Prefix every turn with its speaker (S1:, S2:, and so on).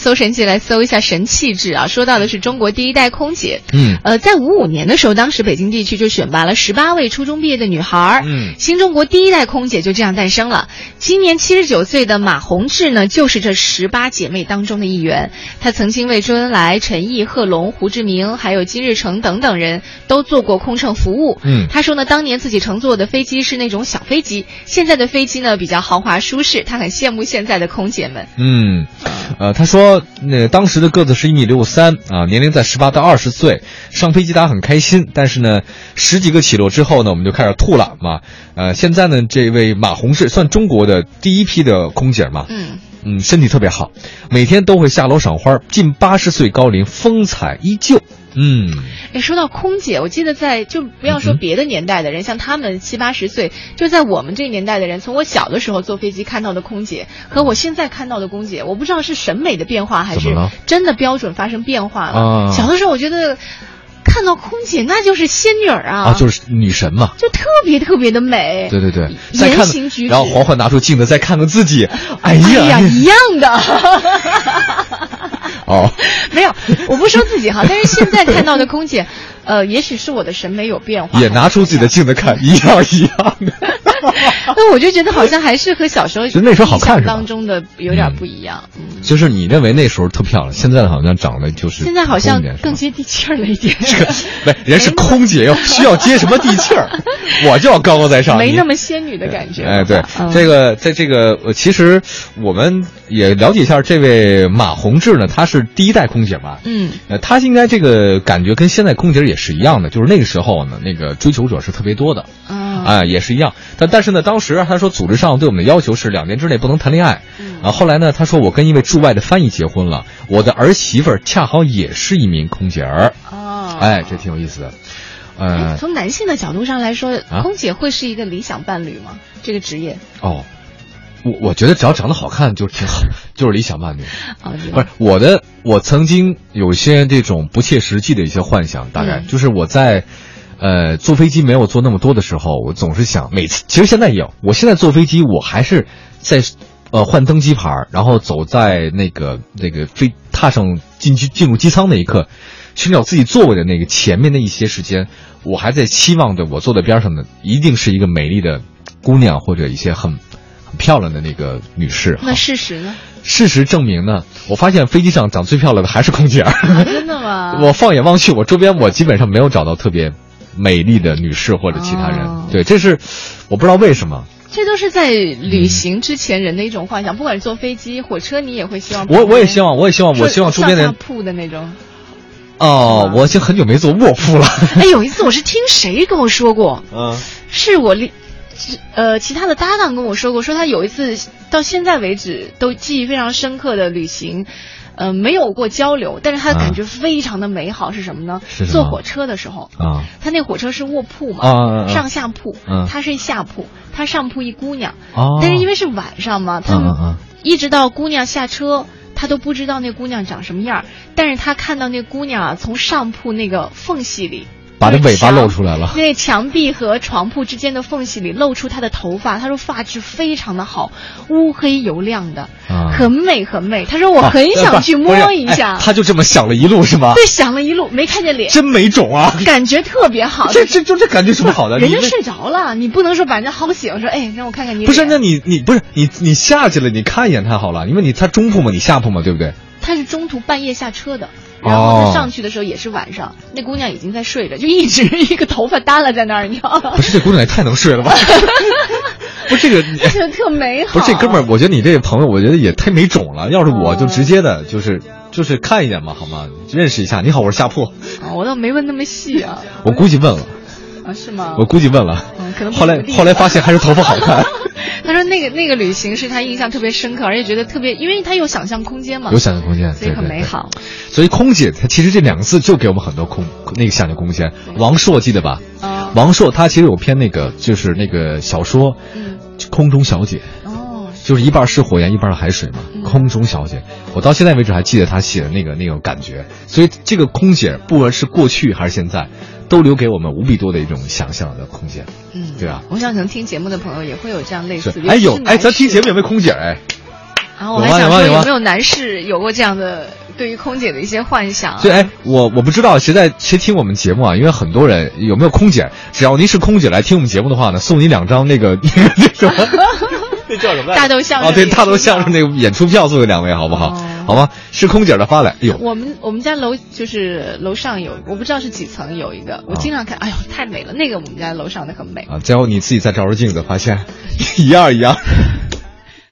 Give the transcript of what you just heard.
S1: 搜神器来搜一下神气质啊，说到的是中国第一代空姐。
S2: 嗯
S1: 呃，在五五年的时候，当时北京地区就选拔了十八位初中毕业的女孩儿，
S2: 嗯
S1: 新中国第一代空姐就这样诞生了。今年七十九岁的马宏志呢，就是这十八姐妹当中的一员。她曾经为周恩来、陈毅、贺龙、胡志明，还有金日成等等人都做过空乘服务。
S2: 嗯
S1: 他说呢，当年自己乘坐的飞机是那种小飞机，现在的飞机呢比较豪华舒适，他很羡慕现在的空姐们。
S2: 嗯，呃，他说，那、当时的个子是一米六三啊，年龄在十八到二十岁，上飞机打很开心，但是呢，十几个起落之后呢，我们就开始吐了嘛。呃，现在呢，这位马红是算中国的第一批的空姐嘛，
S1: 嗯，
S2: 嗯，身体特别好，每天都会下楼赏花，近八十岁高龄，风采依旧。嗯
S1: 哎，说到空姐，我记得在就不要说别的年代的人，像他们七八十岁，就在我们这个年代的人，从我小的时候坐飞机看到的空姐和我现在看到的空姐，我不知道是审美的变化还
S2: 怎
S1: 是
S2: 么了
S1: 真的标准发生变化了。
S2: 啊
S1: 小的时候我觉得看到空姐那就是仙女儿啊，
S2: 啊，就是女神嘛。
S1: 就特别特别的美。
S2: 对对对，再
S1: 言
S2: 看
S1: 行举止，
S2: 然后缓缓拿出镜子，再看看自己，哎呀，
S1: 哎呀，一样的。
S2: 哦，
S1: 没有，我不说自己哈，但是现在看到的空姐，呃，也许是我的审美有变化。
S2: 也拿出自己的镜子看，一样一样的。
S1: 那我就觉得好像还是和小时候
S2: 就那时候好看
S1: 印
S2: 是吧
S1: 象当中的有点不一样。嗯，
S2: 就是你认为那时候特漂亮，现在好像长得就是
S1: 现在好像
S2: 普通一点
S1: 更
S2: 是
S1: 接
S2: 吧
S1: 地气儿了一点。
S2: 没人 是空姐，要需要接什么地气儿，我就要高高在上，
S1: 没
S2: 你
S1: 那么仙女的感觉。
S2: 哎，对，
S1: 嗯
S2: 这个在这个，呃其实我们也了解一下这位马宏志呢，她是第一代空姐嘛。
S1: 嗯
S2: 呃，她应该这个感觉跟现在空姐也是一样的，就是那个时候呢，那个追求者是特别多的，
S1: 嗯
S2: 啊、也是一样。但但是呢，当时啊她说组织上对我们的要求是两年之内不能谈恋爱，
S1: 嗯
S2: 啊，后来呢，她说我跟一位驻外的翻译结婚了，我的儿媳妇儿恰好也是一名空姐儿，
S1: 哦，
S2: 哎，这挺有意思的，
S1: 哎。
S2: 呃，
S1: 从男性的角度上来说，
S2: 啊
S1: 空姐会是一个理想伴侣吗？这个职业
S2: 哦，我我觉得只要长得好看就挺好，就是理想伴侣。
S1: 啊，你
S2: 不是我的，我曾经有一些这种不切实际的一些幻想，大概、
S1: 嗯
S2: 就是我在。呃，坐飞机没有坐那么多的时候，我总是想每次，其实现在也有。我现在坐飞机，我还是在呃换登机牌儿，然后走在那个那个飞踏上进去进入机舱那一刻，寻找自己座位的那个前面的一些时间，我还在期望着我坐在边上的一定是一个美丽的姑娘或者一些很很漂亮的那个女士。
S1: 那事实 呢？
S2: 事实证明呢，我发现飞机上长最漂亮的还是空姐儿。
S1: 啊真的吗？
S2: 我放眼望去，我周边我基本上没有找到特别美丽的女士或者其他人。
S1: 哦
S2: 对，这是我不知道为什么。
S1: 这都是在旅行之前人的一种幻想，不管是坐飞机、火车，你也会希望旁
S2: 我
S1: 边。
S2: 我也希望，我也希望，
S1: 说，
S2: 我希望周边的
S1: 上
S2: 人
S1: 下铺的那种。
S2: 哦
S1: 吗，
S2: 我已经很久没坐卧铺了。
S1: 哎，有一次我是听谁跟我说过，
S2: 嗯，
S1: 是我另，呃，其他的搭档跟我说过，说他有一次到现在为止都记忆非常深刻的旅行。呃，没有过交流，但是他的感觉非常的美好，是什么呢？
S2: 啊是什么
S1: 坐火车的时候，
S2: 啊
S1: 他那火车是卧铺嘛，
S2: 啊
S1: 上下铺，
S2: 嗯
S1: 他是下铺，他上铺一姑娘，
S2: 哦，
S1: 但是因为是晚上嘛，他
S2: 嗯
S1: 们
S2: 嗯嗯
S1: 一直到姑娘下车，他都不知道那姑娘长什么样儿。但是他看到那姑娘啊，从上铺那个缝隙里，
S2: 把这
S1: 就是
S2: 尾巴
S1: 墙
S2: 露出来了。
S1: 那墙壁和床铺之间的缝隙里露出她的头发，他说发质非常的好，乌黑油亮的，
S2: 啊
S1: 很美很美。他说我
S2: 啊
S1: 很
S2: 不
S1: 想
S2: 是
S1: 去
S2: 不
S1: 摸
S2: 是
S1: 一
S2: 哎
S1: 下，
S2: 他就这么想了一路是吗？
S1: 对，想了一路没看见脸，
S2: 真没种啊！
S1: 感觉特别 好。
S2: 这这就这感觉什么好的？
S1: 人
S2: 你
S1: 家
S2: 那
S1: 睡着了，你不能说把人家薅醒，说哎让我看看你脸。
S2: 不是，那你你不是你你下去了，你看一眼他好了，因为你他中铺嘛，你下铺嘛，对 不对？
S1: 他是中途半夜下车的，
S2: 哦
S1: 然后他上去的时候也是晚上，那姑娘已经在睡着，就一直一个头发耷拉在那儿，你知道吗？
S2: 不是这姑娘也太能睡了吧？不是这个，你
S1: 就特美好。
S2: 不是这哥们儿，我觉得你这个朋友，我觉得也太没种了。要是我就直接的，就是就是看一眼嘛，好吗？认识一下。你好，我是下铺。
S1: 啊我倒没问那么细啊，
S2: 我估计问了，
S1: 啊是吗？
S2: 我估计问了
S1: 嗯可能。不
S2: 后来
S1: 努力
S2: 后来发现还是头发好 看，
S1: 他说那个那个旅行是他印象特别深刻，而且觉得特别，因为他有想象空间嘛，
S2: 有想象空间，
S1: 所以
S2: 对
S1: 很
S2: 对
S1: 美
S2: 对
S1: 好。
S2: 所以空姐，她其实这两个字就给我们很多空那个想象空间。
S1: 嗯
S2: 王朔记得吧？
S1: 啊
S2: 王朔他其实有篇那个就是那个小说
S1: 嗯
S2: 《空中小姐》，
S1: 哦，
S2: 就是一半是火焰，一半是海水嘛。
S1: 嗯
S2: 空中小姐，我到现在为止还记得她写的那个那种感觉。所以这个空姐，不论是过去还是现在，都留给我们无比多的一种想象的空间。
S1: 嗯，
S2: 对啊
S1: 我想可能听节目的朋友也会有这样类似
S2: 是
S1: 的。，
S2: 哎
S1: 尤其
S2: 有
S1: 是
S2: 哎，
S1: 男
S2: 咱听
S1: 士
S2: 节目有没有空姐？哎，
S1: 然后我还想说，有没有男士有过这样的对于空姐的一些幻想、啊？
S2: 对，哎，我我不知道谁在谁听我们节目啊，因为很多人有没有空姐？只要您是空姐来听我们节目的话呢，送你两张那个 那个那什么，那叫什么来着？
S1: 大头相
S2: 哦，
S1: 声
S2: 对，
S1: 演
S2: 大头
S1: 出
S2: 相
S1: 票
S2: 声那个演出票送给两位，好不好？
S1: 哦
S2: 好吗？是空姐的发来，哎呦，
S1: 我们我们家楼就是楼上有，我不知道是几层有一个，我经常看，哎呦太美了，那个我们家楼上的很美。
S2: 啊，最后你自己再照照镜子，发现 一样一样。